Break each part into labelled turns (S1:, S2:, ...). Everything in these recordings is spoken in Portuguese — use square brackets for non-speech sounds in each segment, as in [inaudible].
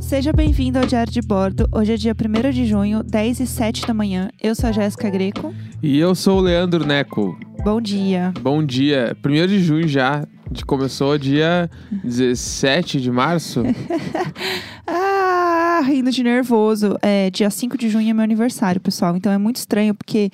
S1: Seja bem-vindo ao Diário de Bordo. Hoje é dia 1 de junho, 10 e 7 da manhã. Eu sou a Jéssica Greco.
S2: E eu sou o Leandro Neco.
S1: Bom dia.
S2: Bom dia. 1 de junho já. A gente começou dia 17 de
S1: [laughs]
S2: março.
S1: Ah, rindo de nervoso. É, dia 5 de junho é meu aniversário, pessoal. Então é muito estranho, porque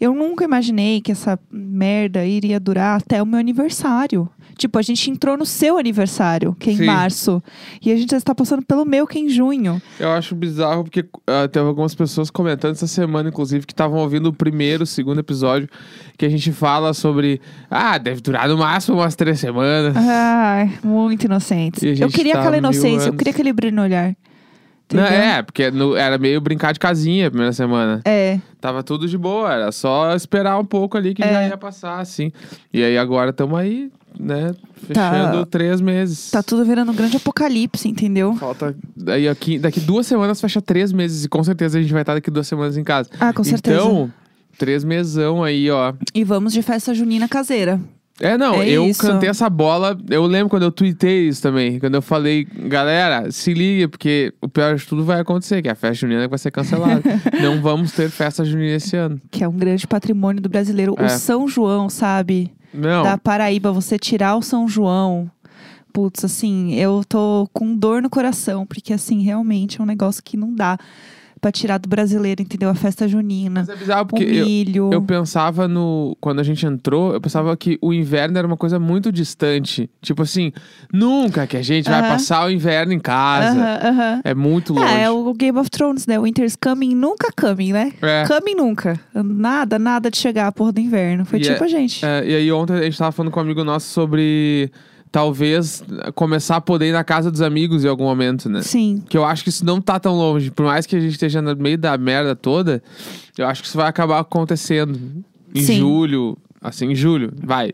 S1: eu nunca imaginei que essa merda iria durar até o meu aniversário. Tipo, a gente entrou no seu aniversário, que é em
S2: Sim.
S1: março. E a gente já está passando pelo meu, que é em junho.
S2: Eu acho bizarro porque ah, teve algumas pessoas comentando essa semana, inclusive, que estavam ouvindo o primeiro, o segundo episódio, que a gente fala sobre. Ah, deve durar no máximo umas três semanas.
S1: Ah, Ai, muito inocentes.
S2: E a
S1: Eu
S2: gente
S1: queria
S2: tá
S1: aquela
S2: há mil
S1: inocência, eu
S2: anos.
S1: queria aquele brilho no olhar.
S2: Não,
S1: Entendeu?
S2: é, porque no- era meio brincar de casinha a primeira semana.
S1: É,
S2: Tava tudo de boa, era só esperar um pouco ali que já
S1: É.
S2: ia passar, assim. E aí agora estamos aí, né?
S1: Tá.
S2: Fechando três meses.
S1: tá tudo virando um grande apocalipse, entendeu?
S2: Falta. Daí aqui, daqui duas semanas fecha três meses. E com certeza a gente vai estar daqui duas semanas em casa.
S1: Ah, com certeza.
S2: Então, três mesão aí, ó.
S1: E vamos de festa junina caseira.
S2: É, não,
S1: É
S2: eu
S1: isso.
S2: cantei essa bola. Eu lembro quando eu tuitei isso também. Quando eu falei, galera, se liga, porque o pior de tudo vai acontecer, que é a festa junina que vai
S1: [laughs]
S2: ser cancelada. não vamos ter festa junina esse ano.
S1: Que é um grande patrimônio do brasileiro. O
S2: É.
S1: São João, sabe?
S2: Não.
S1: Da Paraíba, você tirar o São João. Putz, assim, eu tô com dor no coração, porque assim, realmente é um negócio que não dá pra tirar do brasileiro, entendeu? A festa junina.
S2: Mas é bizarro
S1: Com
S2: porque eu,
S1: milho.
S2: Eu pensava no. Quando a gente entrou, eu pensava que o inverno era uma coisa muito distante. Tipo assim, nunca que a gente vai
S1: Aham.
S2: passar o inverno em casa.
S1: Aham, aham.
S2: É muito longe.
S1: Ah, é o Game of Thrones, né? Winter's coming, nunca coming, né?
S2: É.
S1: Coming nunca. Nada, nada de chegar a porra do inverno. Foi
S2: E
S1: tipo a gente.
S2: É, e aí ontem a gente tava falando com um amigo nosso sobre talvez começar a poder ir na casa dos amigos em algum momento, né?
S1: Sim.
S2: Que eu acho que isso não tá tão longe. Por mais que a gente esteja no meio da merda toda, eu acho que isso vai acabar acontecendo. Em
S1: Sim.
S2: julho. Assim, em julho, vai.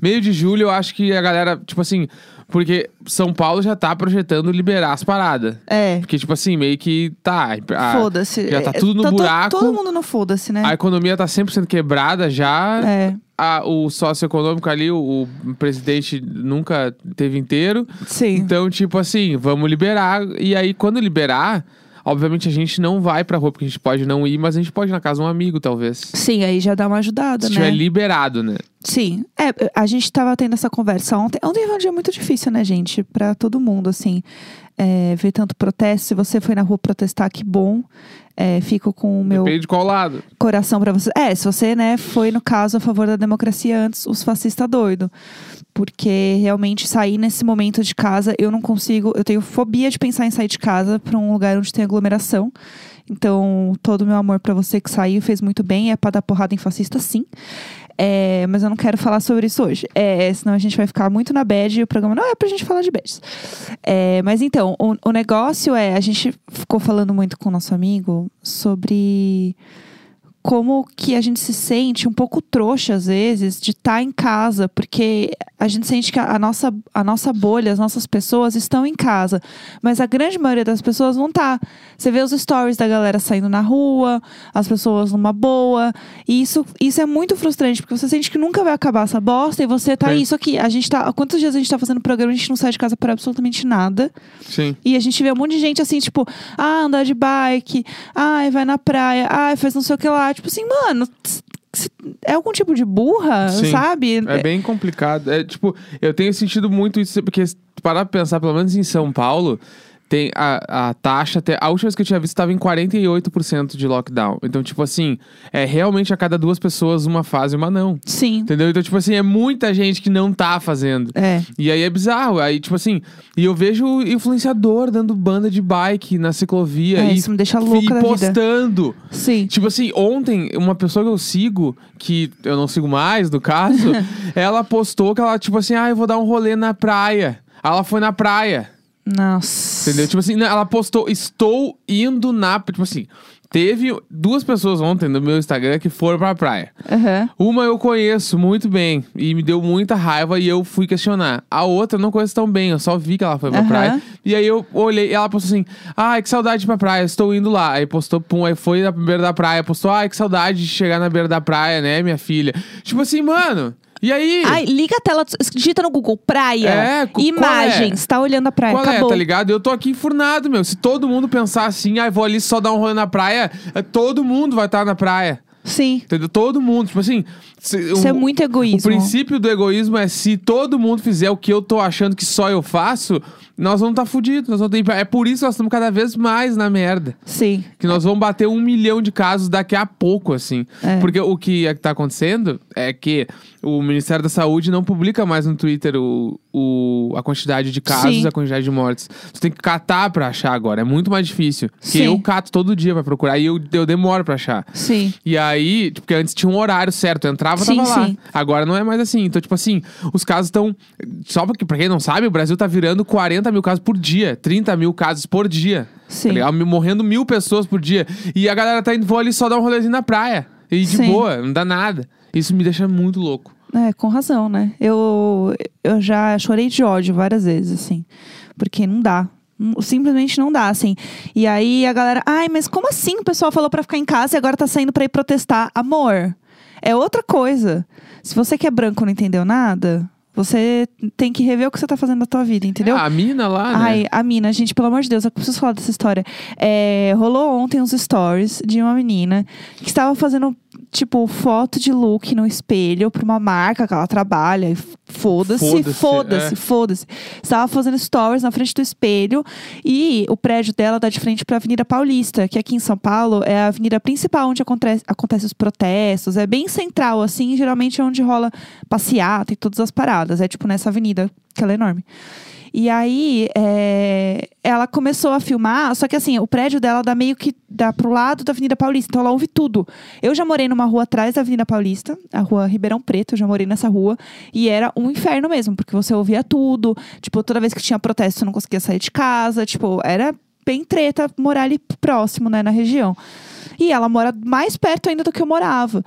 S2: Meio de julho, eu acho que a galera, tipo assim, porque São Paulo já tá projetando liberar as paradas.
S1: É.
S2: Porque, tipo assim, meio que tá. a-
S1: Foda-se.
S2: já tá
S1: É,
S2: tudo no
S1: to-
S2: buraco.
S1: Todo mundo no foda-se, né?
S2: A economia tá 100% quebrada já.
S1: É,
S2: a- o socioeconômico ali, o, o presidente nunca teve inteiro.
S1: sim.
S2: Então, tipo assim, vamos liberar. E aí, quando liberar, obviamente a gente não vai pra rua, porque a gente pode não ir, mas a gente pode ir na casa de um amigo, talvez.
S1: Sim, aí já dá uma ajudada,
S2: Se
S1: né?
S2: tiver liberado, né?
S1: Sim. É, a gente tava tendo essa conversa ontem. Ontem foi um dia muito difícil, né, gente? Pra todo mundo, assim. É, ver tanto protesto. Se você foi na rua protestar, que bom. É, fico com o meu
S2: Depende de qual lado.
S1: coração pra você. É, se você, né, foi no caso a favor da democracia antes, os fascista doido. Porque realmente sair nesse momento de casa, eu não consigo, eu tenho fobia de pensar em sair de casa pra um lugar onde tem aglomeração. Então, todo o meu amor pra você que saiu fez muito bem, é pra dar porrada em fascista, sim. É, mas eu não quero falar sobre isso hoje. É, senão a gente vai ficar muito na bad e o programa não é pra gente falar de bads. É, mas então, o, o negócio é, a gente ficou falando muito com o nosso amigo sobre como que a gente se sente um pouco trouxa às vezes de estar em casa, porque a gente sente que a a nossa, a nossa bolha, as nossas pessoas estão em casa, mas a grande maioria das pessoas não tá. Você vê os stories da galera saindo na rua, as pessoas numa boa, e isso, isso é muito frustrante, porque você sente que nunca vai acabar essa bosta e você tá
S2: Sim.
S1: isso aqui. A gente tá, há quantos dias a gente tá fazendo programa, a gente não sai de casa para absolutamente nada.
S2: Sim.
S1: E a gente vê um monte de gente assim, tipo, ah, andar de bike, ai, vai na praia, ai, faz não sei o que lá. Tipo assim, mano, tss, tss, é algum tipo de burra,
S2: Sim.
S1: sabe?
S2: É bem complicado. É tipo, eu tenho sentido muito isso, porque se tu parar pra pensar, pelo menos em São Paulo, tem a, a taxa até. A última vez que eu tinha visto estava em 48% de lockdown. Então, tipo assim, é realmente a cada duas pessoas uma faz e uma não.
S1: Sim.
S2: Entendeu? Então, tipo assim, é muita gente que não tá fazendo.
S1: É.
S2: E aí é bizarro. Aí, tipo assim, e eu vejo influenciador dando banda de bike na ciclovia
S1: É,
S2: e,
S1: isso me deixa
S2: e
S1: louca da vida.
S2: postando.
S1: Sim.
S2: Tipo assim, ontem, uma pessoa que eu sigo, que eu não sigo mais, no caso, ela postou que ela, tipo assim, ah, eu vou dar um rolê na praia. Aí Ela foi na praia,
S1: Nossa.
S2: entendeu? Tipo assim, não, ela postou, estou indo na. Tipo assim, teve duas pessoas ontem no meu Instagram que foram pra praia.
S1: Aham.
S2: Uma eu conheço muito bem e me deu muita raiva e eu fui questionar. A outra eu não conheço tão bem, eu só vi que ela foi pra
S1: Aham.
S2: praia. E aí eu olhei e ela postou assim: ai, que saudade de ir pra praia, estou indo lá. Aí postou, pum, aí foi na beira da praia, postou: ai, que saudade de chegar na beira da praia, né, minha filha? Tipo assim, mano, E aí?
S1: Ai, liga a tela, digita no Google, praia,
S2: É, co- qual
S1: imagens, tá olhando a praia,
S2: Qual é,
S1: acabou.
S2: tá ligado? Eu tô aqui enfurnado, meu. Se todo mundo pensar assim, ah, vou ali só dar um rolê na praia, eh, todo mundo vai estar na praia.
S1: Sim,
S2: Entendeu? Todo mundo. Tipo assim. se-
S1: isso
S2: o-
S1: é muito
S2: O
S1: egoísmo.
S2: princípio do egoísmo é se todo mundo fizer o que eu tô achando que só eu faço, nós vamos estar tá fudidos. Nós vamos ter- É por isso que nós estamos cada vez mais na merda.
S1: Sim,
S2: Que nós vamos bater um milhão de casos daqui a pouco, assim.
S1: É.
S2: Porque o que é que tá acontecendo é que o Ministério da Saúde não publica mais no Twitter o, o- a quantidade de casos,
S1: Sim.
S2: a quantidade de mortes. Tu tem que catar pra achar agora. É muito mais difícil. Porque
S1: Sim.
S2: eu cato todo dia pra procurar e eu, eu demoro pra achar.
S1: sim.
S2: E aí, tipo, porque antes tinha um horário certo, eu entrava e
S1: Sim,
S2: tava lá.
S1: sim.
S2: Agora não é mais assim. Então, tipo assim, os casos estão. Só porque, pra quem não sabe, o Brasil tá virando 40 mil casos por dia, 30 mil casos por dia.
S1: Sim.
S2: Tá ligado? Morrendo mil pessoas por dia. E a galera tá indo, vou ali só dar um rolezinho na praia. E de
S1: Sim.
S2: boa, não dá nada. Isso me deixa muito louco.
S1: É, com razão, né? Eu, eu já chorei de ódio várias vezes, assim. Porque não dá. Hum, Simplesmente não dá, assim. E aí a galera, ai, mas como assim o pessoal falou pra ficar em casa e agora tá saindo pra ir protestar? Amor, é outra coisa. Se você que é branco não entendeu nada, você tem que rever o que você tá fazendo na tua vida, entendeu?
S2: Ah, a mina lá, né?
S1: Ai, a mina, gente, pelo amor de Deus, eu preciso falar dessa história. É, rolou ontem uns stories de uma menina que estava fazendo, tipo, foto de look no espelho pra uma marca que ela trabalha. e f- Foda-se,
S2: Foda-se,
S1: foda-se,
S2: é.
S1: foda-se. Estava fazendo stories na frente do espelho e o prédio dela dá de frente pra Avenida Paulista, que aqui em São Paulo é a avenida principal onde acontece, acontece os protestos. É bem central, assim, geralmente é onde rola passeata e todas as paradas. É tipo nessa avenida, que ela é enorme. E aí, é, ela começou a filmar, só que assim, o prédio dela dá meio que dá pro lado da Avenida Paulista, então ela ouve tudo. Eu já morei numa rua atrás da Avenida Paulista, a rua Ribeirão Preto, eu já morei nessa rua, e era um inferno mesmo, porque você ouvia tudo, tipo, toda vez que tinha protesto, você não conseguia sair de casa, tipo, era bem treta morar ali próximo, né, na região. E ela mora mais perto ainda do que eu morava.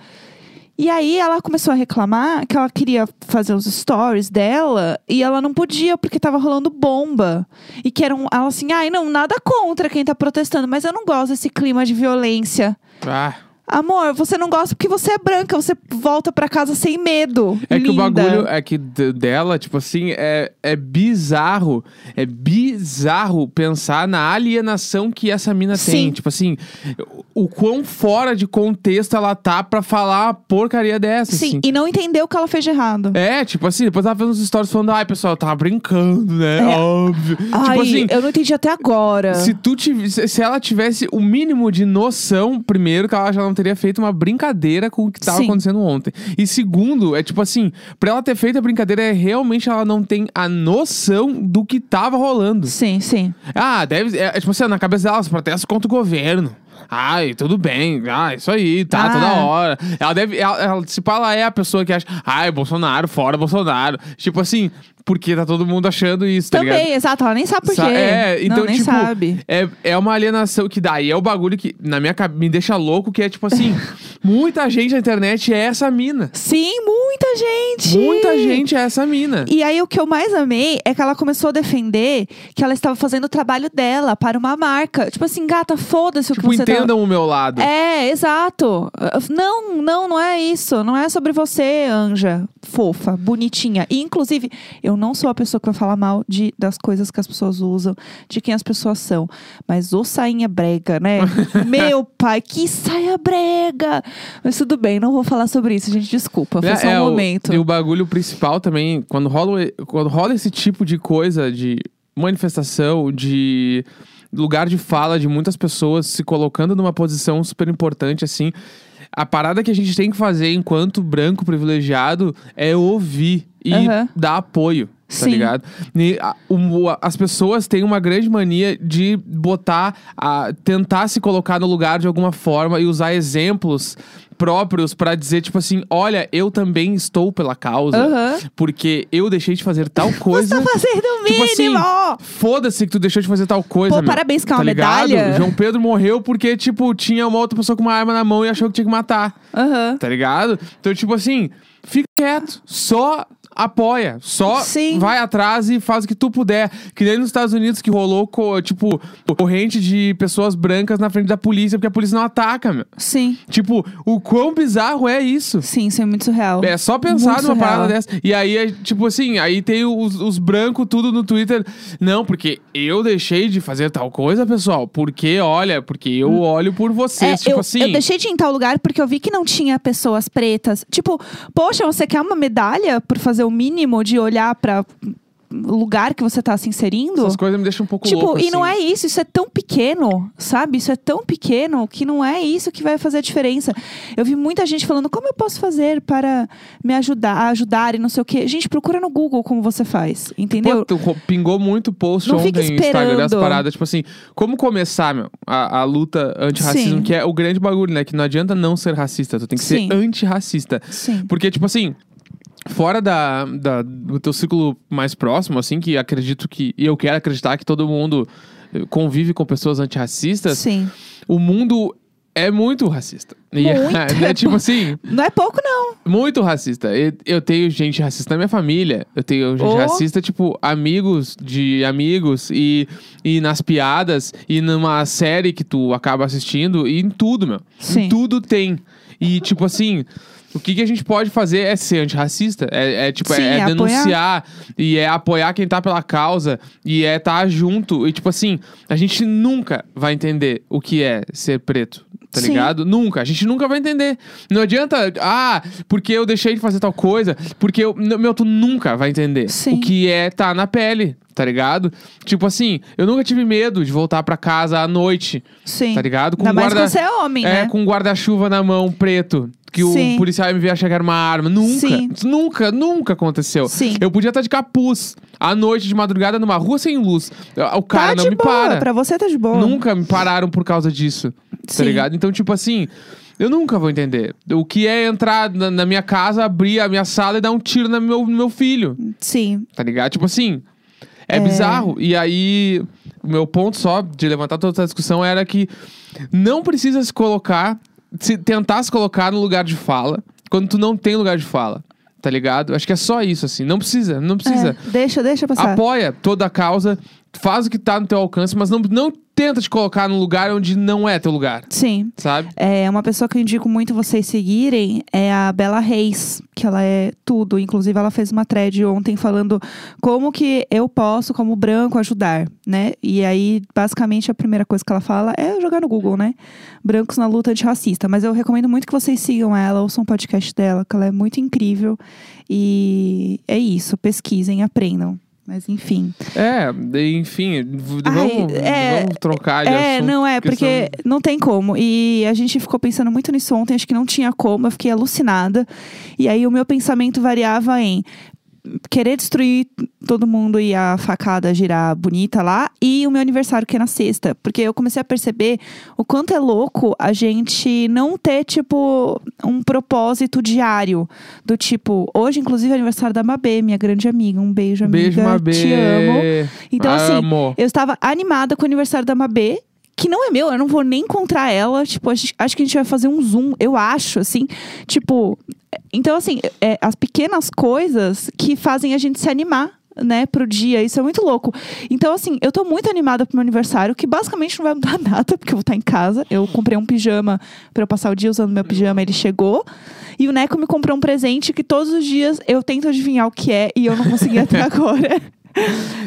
S1: E aí ela começou a reclamar que ela queria fazer os stories dela e ela não podia porque tava rolando bomba. E que era um, ela assim, ai não, nada contra quem tá protestando, mas eu não gosto desse clima de violência.
S2: Ah,
S1: Amor, você não gosta porque você é branca, você volta pra casa sem medo.
S2: é que o
S1: Linda.
S2: bagulho é que d- dela, tipo assim, é, é bizarro. É bizarro pensar na alienação que essa mina
S1: Sim.
S2: tem. Tipo assim, o o quão fora de contexto ela tá pra falar uma porcaria dessa.
S1: Sim,
S2: assim.
S1: e não entendeu o que ela fez de errado.
S2: É, tipo assim, depois tava vendo os stories falando, ai, pessoal, eu tava brincando, né?
S1: É.
S2: Óbvio.
S1: Ai,
S2: tipo assim,
S1: eu não entendi até agora.
S2: se, tu tiv- se se ela tivesse o mínimo de noção, primeiro, que ela já não teria feito uma brincadeira com o que tava
S1: Sim.
S2: acontecendo ontem. E segundo, é tipo assim, pra ela ter feito a brincadeira, é realmente ela não tem a noção do que tava rolando.
S1: Sim, sim.
S2: Ah, deve. É, é tipo assim, na cabeça dela, os protestos contra o governo. Ai, tudo bem. Ah, isso aí, tá
S1: Ah.
S2: toda hora. Ela deve. Ela, ela- se pá, ela é a pessoa que acha. Ai, Bolsonaro, fora Bolsonaro. Tipo assim, porque tá todo mundo achando isso, tá ligado?
S1: Também, exato, ela nem sabe por quê.
S2: Sa- É, então,
S1: não, nem
S2: tipo,
S1: sabe.
S2: É, é uma alienação que dá. E é o bagulho que, na minha cabeça, me deixa louco, que é
S1: [laughs]
S2: tipo assim: muita gente na internet é essa mina.
S1: Sim, muita gente!
S2: Muita gente é essa mina.
S1: E aí o que eu mais amei é que ela começou a defender que ela estava fazendo o trabalho dela para uma marca. Tipo assim, gata, foda-se o
S2: tipo,
S1: que você tá...
S2: entendam o meu lado.
S1: É, exato. Não, não, não é isso. Não é sobre você, anja, fofa, bonitinha. E, inclusive, eu não sou a pessoa que vai falar mal de, das coisas que as pessoas usam, de quem as pessoas são. Mas ô sainha brega,
S2: [laughs]
S1: né? Meu pai, que saia brega! Mas tudo bem, não vou falar sobre isso, gente. Desculpa, foi só um
S2: É, o-
S1: momento.
S2: e o bagulho principal também, quando rola, o- quando rola esse tipo de coisa, de manifestação, de lugar de fala de muitas pessoas se colocando numa posição super importante, assim, a parada que a gente tem que fazer enquanto branco privilegiado é ouvir e
S1: Aham.
S2: dar apoio. Tá
S1: Sim.
S2: ligado? E a- o- a- as pessoas têm uma grande mania de botar, a, tentar se colocar no lugar de alguma forma e usar exemplos próprios pra dizer, tipo assim, olha, eu também estou pela causa,
S1: Aham.
S2: porque eu deixei de fazer
S1: [laughs]
S2: tal coisa.
S1: Tá fazendo o
S2: Tipo
S1: mínimo!
S2: assim, Foda-se que tu deixou de fazer tal coisa.
S1: Pô,
S2: meu.
S1: parabéns, que é
S2: tá
S1: uma
S2: ligado?
S1: medalha.
S2: João Pedro morreu porque, tipo, tinha uma outra pessoa com uma arma na mão e achou que tinha que matar.
S1: Aham.
S2: Tá ligado? Então, tipo assim, fica quieto. Só apoia. Só
S1: Sim.
S2: vai atrás e faz o que tu puder. Que nem nos Estados Unidos que rolou, co- tipo, corrente de pessoas brancas na frente da polícia, porque a polícia não ataca, meu.
S1: Sim.
S2: Tipo, o quão bizarro é isso?
S1: Sim, isso é muito surreal.
S2: É só pensar
S1: Muito
S2: numa parada
S1: surreal.
S2: dessa. E aí, é, tipo assim, aí tem os, os brancos tudo no Twitter. Não, porque eu deixei de fazer tal coisa, pessoal. Porque, olha, porque eu olho por vocês.
S1: É,
S2: tipo
S1: eu,
S2: assim.
S1: eu deixei de ir em tal lugar porque eu vi que não tinha pessoas pretas. Tipo, poxa, você quer uma medalha por fazer o mínimo de olhar pra o lugar que você tá se inserindo?
S2: Essas coisas me deixam um pouco
S1: Tipo,
S2: louco.
S1: e não
S2: assim.
S1: é isso, isso é tão pequeno, sabe? Isso é tão pequeno que não é isso que vai fazer a diferença. Eu vi muita gente falando, como eu posso fazer para me ajudar, a ajudar e não sei o quê. Gente, procura no Google como você faz, entendeu?
S2: Pô, tu co- pingou muito post
S1: Não
S2: ontem
S1: fica
S2: no Instagram das
S1: esperando.
S2: paradas. Tipo assim, como começar, meu, a, a luta antirracismo,
S1: Sim.
S2: que é o grande bagulho, né? Que não adianta não ser racista, tu tem que
S1: Sim.
S2: ser antirracista.
S1: Sim.
S2: Porque, tipo assim, fora da, da- do teu círculo mais próximo, assim, que acredito que. E eu quero acreditar que todo mundo eh, convive com pessoas antirracistas,
S1: Sim.
S2: o mundo é muito racista. E [laughs]
S1: Muito,
S2: é,
S1: é
S2: tipo
S1: bom.
S2: assim,
S1: Não é pouco, não.
S2: muito racista. E- Eu tenho gente racista na minha família. Eu tenho gente
S1: Oh.
S2: racista, tipo, amigos de amigos e, e nas piadas e numa série que tu acaba assistindo e em tudo, meu. Em
S1: Sim.
S2: tudo tem. E, tipo assim, o que, que a gente pode fazer é ser antirracista. É, é, tipo, é-
S1: Sim,
S2: é,
S1: é apoiar.
S2: denunciar e é apoiar quem tá pela causa e é estar junto. E, tipo assim, a gente nunca vai entender o que é ser preto. Tá
S1: Sim.
S2: ligado? ligado? Nunca. A gente nunca vai entender. Não adianta, ah, porque eu deixei de fazer tal coisa, porque eu. N- Meu, tu nunca vai entender
S1: Sim.
S2: o que é tá na pele, tá ligado? Tipo assim, eu nunca tive medo de voltar pra casa à noite,
S1: Sim.
S2: tá ligado?
S1: Ainda mais
S2: guarda-
S1: que você é homem,
S2: é,
S1: né?
S2: com um guarda-chuva na mão preto. Que o
S1: Sim.
S2: policial ia me ver achar que era uma arma. Nunca.
S1: Sim.
S2: Isso Nunca, nunca aconteceu.
S1: Sim.
S2: Eu podia estar de capuz à noite, de madrugada, numa rua sem luz. O cara
S1: tá
S2: não
S1: de
S2: me
S1: boa,
S2: para.
S1: pra você tá de boa.
S2: Nunca me pararam por causa disso. Tá
S1: Sim.
S2: ligado? Então, tipo assim, eu nunca vou entender. O que é entrar na, na minha casa, abrir a minha sala e dar um tiro no meu, no meu filho.
S1: Sim.
S2: Tá ligado? Tipo assim, é, bizarro. E aí, o meu ponto só de levantar toda essa discussão era que não precisa se colocar, se tentar se colocar no lugar de fala quando tu não tem lugar de fala. Tá ligado? Acho que é só isso, assim. Não precisa, não precisa.
S1: É, deixa, deixa passar.
S2: Apoia toda a causa, faz o que tá no teu alcance, mas não, não tenta te colocar num lugar onde não é teu lugar,
S1: Sim.
S2: sabe?
S1: É uma pessoa que eu indico muito vocês seguirem é a Bela Reis, que ela é tudo. Inclusive, ela fez uma thread ontem falando como que eu posso, como branco, ajudar, né? E aí, basicamente, a primeira coisa que ela fala é jogar no Google, né? Brancos na luta antirracista. Mas eu recomendo muito que vocês sigam ela, ouçam o podcast dela, que ela é muito incrível. E é isso, pesquisem, aprendam. Mas enfim.
S2: É, de- enfim, v-
S1: Ai,
S2: vamos,
S1: é-
S2: vamos trocar de
S1: É,
S2: assunto,
S1: não é, porque não tem como. E a gente ficou pensando muito nisso ontem, acho que não tinha como, eu fiquei alucinada. E aí o meu pensamento variava em querer destruir todo mundo e a facada girar bonita lá e o meu aniversário que é na sexta, porque eu comecei a perceber o quanto é louco a gente não ter tipo um propósito diário do tipo, hoje inclusive é aniversário da Mabê, minha grande amiga, um beijo amiga,
S2: Beijo, Mabê.
S1: te amo. Então, assim,
S2: Amo.
S1: eu estava animada com o aniversário da Mabê, que não é meu, eu não vou nem encontrar ela. Tipo, a gente- acho que a gente vai fazer um zoom, eu acho, assim. Tipo, é, então, assim, é, as pequenas coisas que fazem a gente se animar. Né, pro dia, isso é muito louco. Então, assim, eu tô muito animada pro meu aniversário, que basicamente não vai mudar [laughs] nada, porque eu vou estar em casa. Eu comprei um pijama pra eu passar o dia usando meu pijama, ele chegou. E o Neco me comprou um presente que todos os dias eu tento adivinhar o que é e eu não consegui até agora.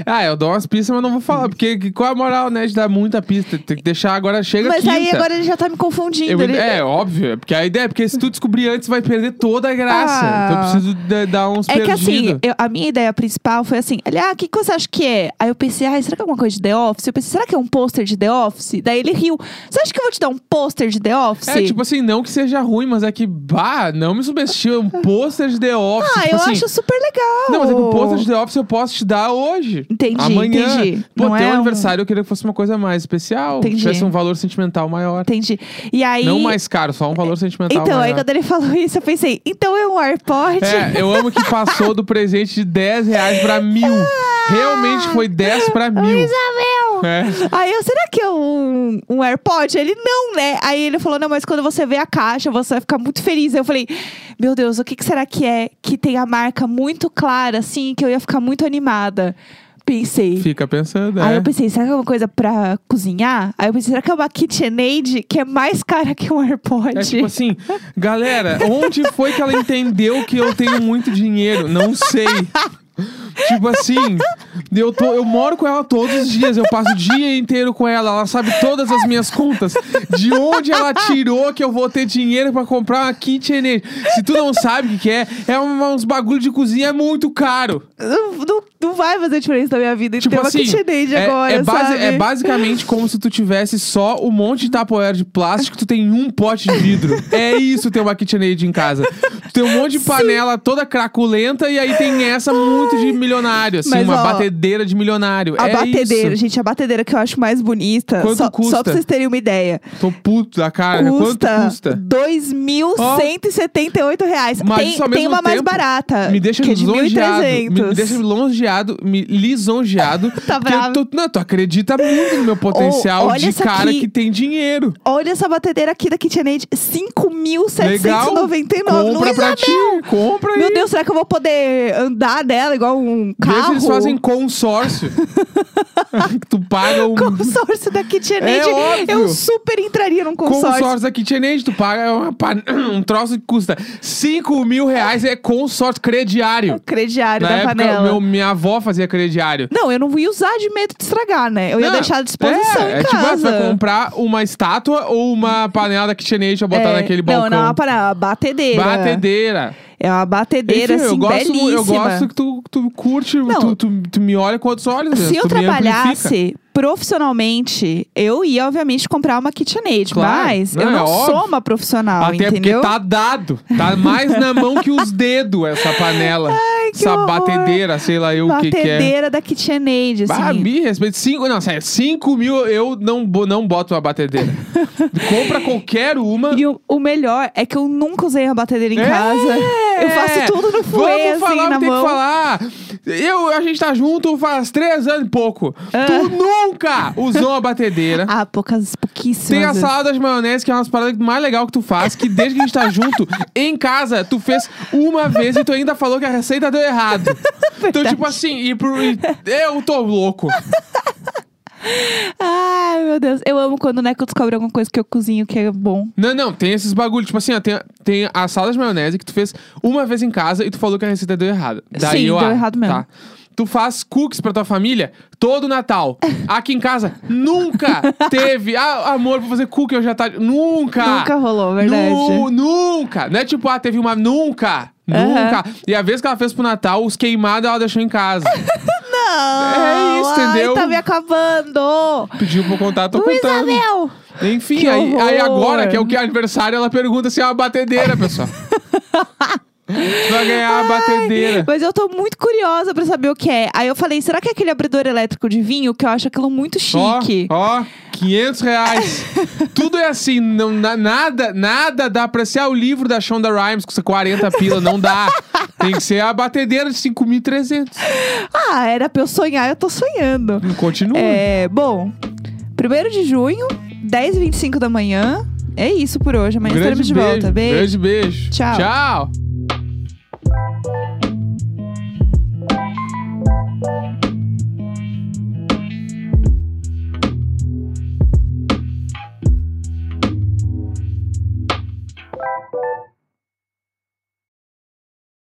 S2: Ah, eu dou umas pistas, mas não vou falar, porque que- qual a moral, né, de dar muita pista? Tem que deixar agora, chega
S1: Mas
S2: quinta.
S1: aí agora ele já tá me confundindo.
S2: Eu-
S1: ele-
S2: É, óbvio, é porque a ideia é porque se tu descobrir antes, vai perder toda a graça.
S1: Ah.
S2: Então eu preciso de- dar uns
S1: É que
S2: perdidos.
S1: assim, eu- a minha ideia principal foi assim: ele, ah, o que, que você acha que é? Aí eu pensei, ah, será que é alguma coisa de The Office? Eu pensei, será que é um pôster de The Office? Daí ele riu. Você acha que eu vou te dar um pôster de The Office?
S2: É, tipo assim, não que seja ruim, mas é que, bah, não me subestima. Um pôster de The Office.
S1: ah,
S2: tipo
S1: eu
S2: assim,
S1: acho super legal.
S2: Não, mas é que o pôster de The Office eu posso te dar hoje.
S1: Entendi,
S2: Amanhã.
S1: entendi.
S2: Pô,
S1: Não
S2: teu
S1: é um-
S2: aniversário eu queria que fosse uma coisa mais especial.
S1: Entendi.
S2: Tivesse um valor sentimental maior.
S1: Entendi. E aí.
S2: Não mais caro, só um valor sentimental
S1: então, aí
S2: maior.
S1: quando ele falou isso, eu pensei, então é um AirPod? [laughs]
S2: É, eu amo que passou do presente de 10 reais pra mil. Realmente foi 10 pra mil.
S1: Isabel! não!
S2: É.
S1: Aí eu, será que é um, um AirPod? Ele, não, né? Aí ele falou, não, mas quando você vê a caixa, você vai ficar muito feliz. Aí eu falei, meu Deus, o que, que será que é que tem a marca muito clara, assim, que eu ia ficar muito animada? Pensei.
S2: Fica pensando,
S1: Aí
S2: é.
S1: eu pensei, será que é uma coisa pra cozinhar? Aí eu pensei, será que é uma KitchenAid que é mais cara que um AirPod?
S2: É tipo assim, galera, onde foi que ela entendeu que eu tenho muito dinheiro? Não sei. Tipo assim, eu, tô, eu moro com ela todos os dias, eu passo o dia inteiro com ela, ela sabe todas as minhas contas. De onde ela tirou que eu vou ter dinheiro pra comprar uma KitchenAid? Se tu não sabe o que, que é, é um- uns bagulho de cozinha, é muito caro.
S1: não, não- não vai fazer diferença na minha vida.
S2: Tipo
S1: ter uma
S2: assim,
S1: KitchenAid
S2: é,
S1: agora,
S2: é basi-
S1: sabe?
S2: é basicamente como se tu tivesse só um monte de tapoeira de plástico, tu tem um pote de
S1: [laughs]
S2: vidro. é isso ter uma KitchenAid em casa. Tu tem um monte de panela toda craculenta e aí tem essa muito de milionário, assim,
S1: Mas,
S2: uma
S1: ó,
S2: batedeira de milionário.
S1: A
S2: é
S1: batedeira,
S2: isso.
S1: gente, a batedeira que eu acho mais bonita.
S2: Quanto
S1: só,
S2: custa?
S1: só pra vocês terem uma ideia.
S2: Tô puto da cara. né?
S1: custa,
S2: Ah, Quanto custa?
S1: R$ 2.178 reais.
S2: Mas
S1: tem
S2: isso ao
S1: tem
S2: mesmo
S1: uma mais
S2: tempo,
S1: barata.
S2: Me deixa
S1: que é de
S2: lisonjeado.
S1: 1.300.
S2: me, me deixa lisonjeado, me lisonjeado.
S1: [laughs] Tá
S2: porque eu
S1: bravo. Oh,
S2: tô- não, tu acredita muito no meu potencial
S1: olha
S2: de
S1: essa
S2: cara
S1: aqui.
S2: que tem dinheiro.
S1: Olha essa batedeira aqui da KitchenAid, 5.799.
S2: Legal.
S1: Não
S2: Compra
S1: usa
S2: pra ti. Compra
S1: Meu
S2: aí.
S1: Deus, será que eu vou poder andar nela igual um
S2: Vê
S1: carro?
S2: se eles fazem consórcio. Que tu paga
S1: [laughs]
S2: um
S1: consórcio da KitchenAid.
S2: É óbvio.
S1: eu super entraria num consórcio.
S2: consórcio da KitchenAid. Tu paga uma pan- [clears throat] um troço que custa 5 mil reais. É consórcio crediário.
S1: Crediário
S2: Na
S1: da
S2: época,
S1: panela.
S2: meu- minha avó fazia crediário.
S1: Não, eu não ia usar de medo de estragar, né? Eu ia
S2: Não,
S1: deixar à disposição
S2: é,
S1: em
S2: é tipo, ah, tu
S1: casa.
S2: vai comprar uma estátua ou uma panela da KitchenAid pra botar
S1: É,
S2: naquele
S1: Não,
S2: balcão.
S1: não é uma panela, é uma batedeira.
S2: Batedeira.
S1: É uma batedeira,
S2: Enfim,
S1: assim,
S2: eu gosto, mu-
S1: belíssima.
S2: eu gosto que tu, tu curte,
S1: Não.
S2: tu, tu- tu me olha com outros olhos. né?
S1: Se eu
S2: Tu me amplifica.
S1: trabalhasse profissionalmente, eu ia, obviamente, comprar uma KitchenAid.
S2: Claro.
S1: Mas
S2: Não,
S1: eu
S2: é
S1: não
S2: óbvio.
S1: sou uma profissional,
S2: Até
S1: Ah, entendeu?
S2: porque tá dado. Tá mais na mão que os dedos essa
S1: [laughs]
S2: panela.
S1: que
S2: essa
S1: horror.
S2: batedeira, sei lá eu o que, que é.
S1: Batedeira da KitchenAid, assim.
S2: Ah, me respeita. Cinco, não, sério, cinco mil eu não, bo- não boto uma
S1: [laughs]
S2: batedeira. Compra qualquer uma.
S1: E o, o melhor é que eu nunca usei a batedeira em
S2: É!
S1: casa. Eu faço tudo no fuê,
S2: Vamos
S1: assim,
S2: falar o que
S1: na
S2: tem
S1: mão.
S2: que falar. Eu, a gente tá junto faz três anos e pouco. Tu nunca usou uma batedeira.
S1: Ah, poucas, pouquíssimas.
S2: Tem a
S1: vezes.
S2: salada de maionese, que é uma das paradas mais legal que tu faz, que desde que a gente tá junto, em casa, tu fez uma vez e tu ainda falou que a receita deu errado. Então, tipo assim, e pro, e- eu tô louco.
S1: Ai, meu Deus. Eu amo quando o Neco descobre alguma coisa que eu cozinho que é bom.
S2: Não, não, tem esses bagulhos. Tipo assim, ó, tem, tem a salada de maionese que tu fez uma vez em casa e tu falou que a receita deu errado. Daí
S1: Sim,
S2: eu,
S1: deu
S2: ah,
S1: errado mesmo.
S2: Tá. Tu faz cookies pra tua família
S1: [laughs]
S2: todo Natal. Aqui em casa, nunca teve. Ah, amor, vou fazer cookie hoje à tarde. Nunca!
S1: Nunca rolou, verdade.
S2: Nu- nunca! Não é tipo, ah, teve uma. Nunca! Nunca! E a vez que ela fez pro Natal, os queimados ela deixou
S1: [laughs]
S2: em casa.
S1: Não!
S2: É isso,
S1: ai,
S2: entendeu?
S1: tá me acabando!
S2: Pediu pro contato, tô
S1: Luísa
S2: contando.
S1: Mel!
S2: Enfim,
S1: Que
S2: aí, aí
S1: horror.
S2: agora que é o que é aniversário, ela pergunta se é uma batedeira, pessoal. Tu vai ganhar a batedeira.
S1: Mas eu tô muito curiosa pra saber o que é. Aí eu falei, será que é aquele abridor elétrico de vinho? Que eu acho aquilo muito
S2: Ó,
S1: chique.
S2: ó, 500 reais. Tudo é assim, não, dá- nada, nada dá pra ser ah, o livro da Shonda Rhimes, custa 40 pila, não dá. Tem que ser a batedeira de 5.300.
S1: Ah, era pra eu sonhar, eu tô sonhando.
S2: Continua.
S1: É, bom, 1 de junho, 10h25 da manhã. É isso por hoje. Amanhã
S2: grande
S1: estaremos de
S2: beijo,
S1: volta. Beijo.
S2: Grande beijo.
S1: Tchau.
S2: Tchau.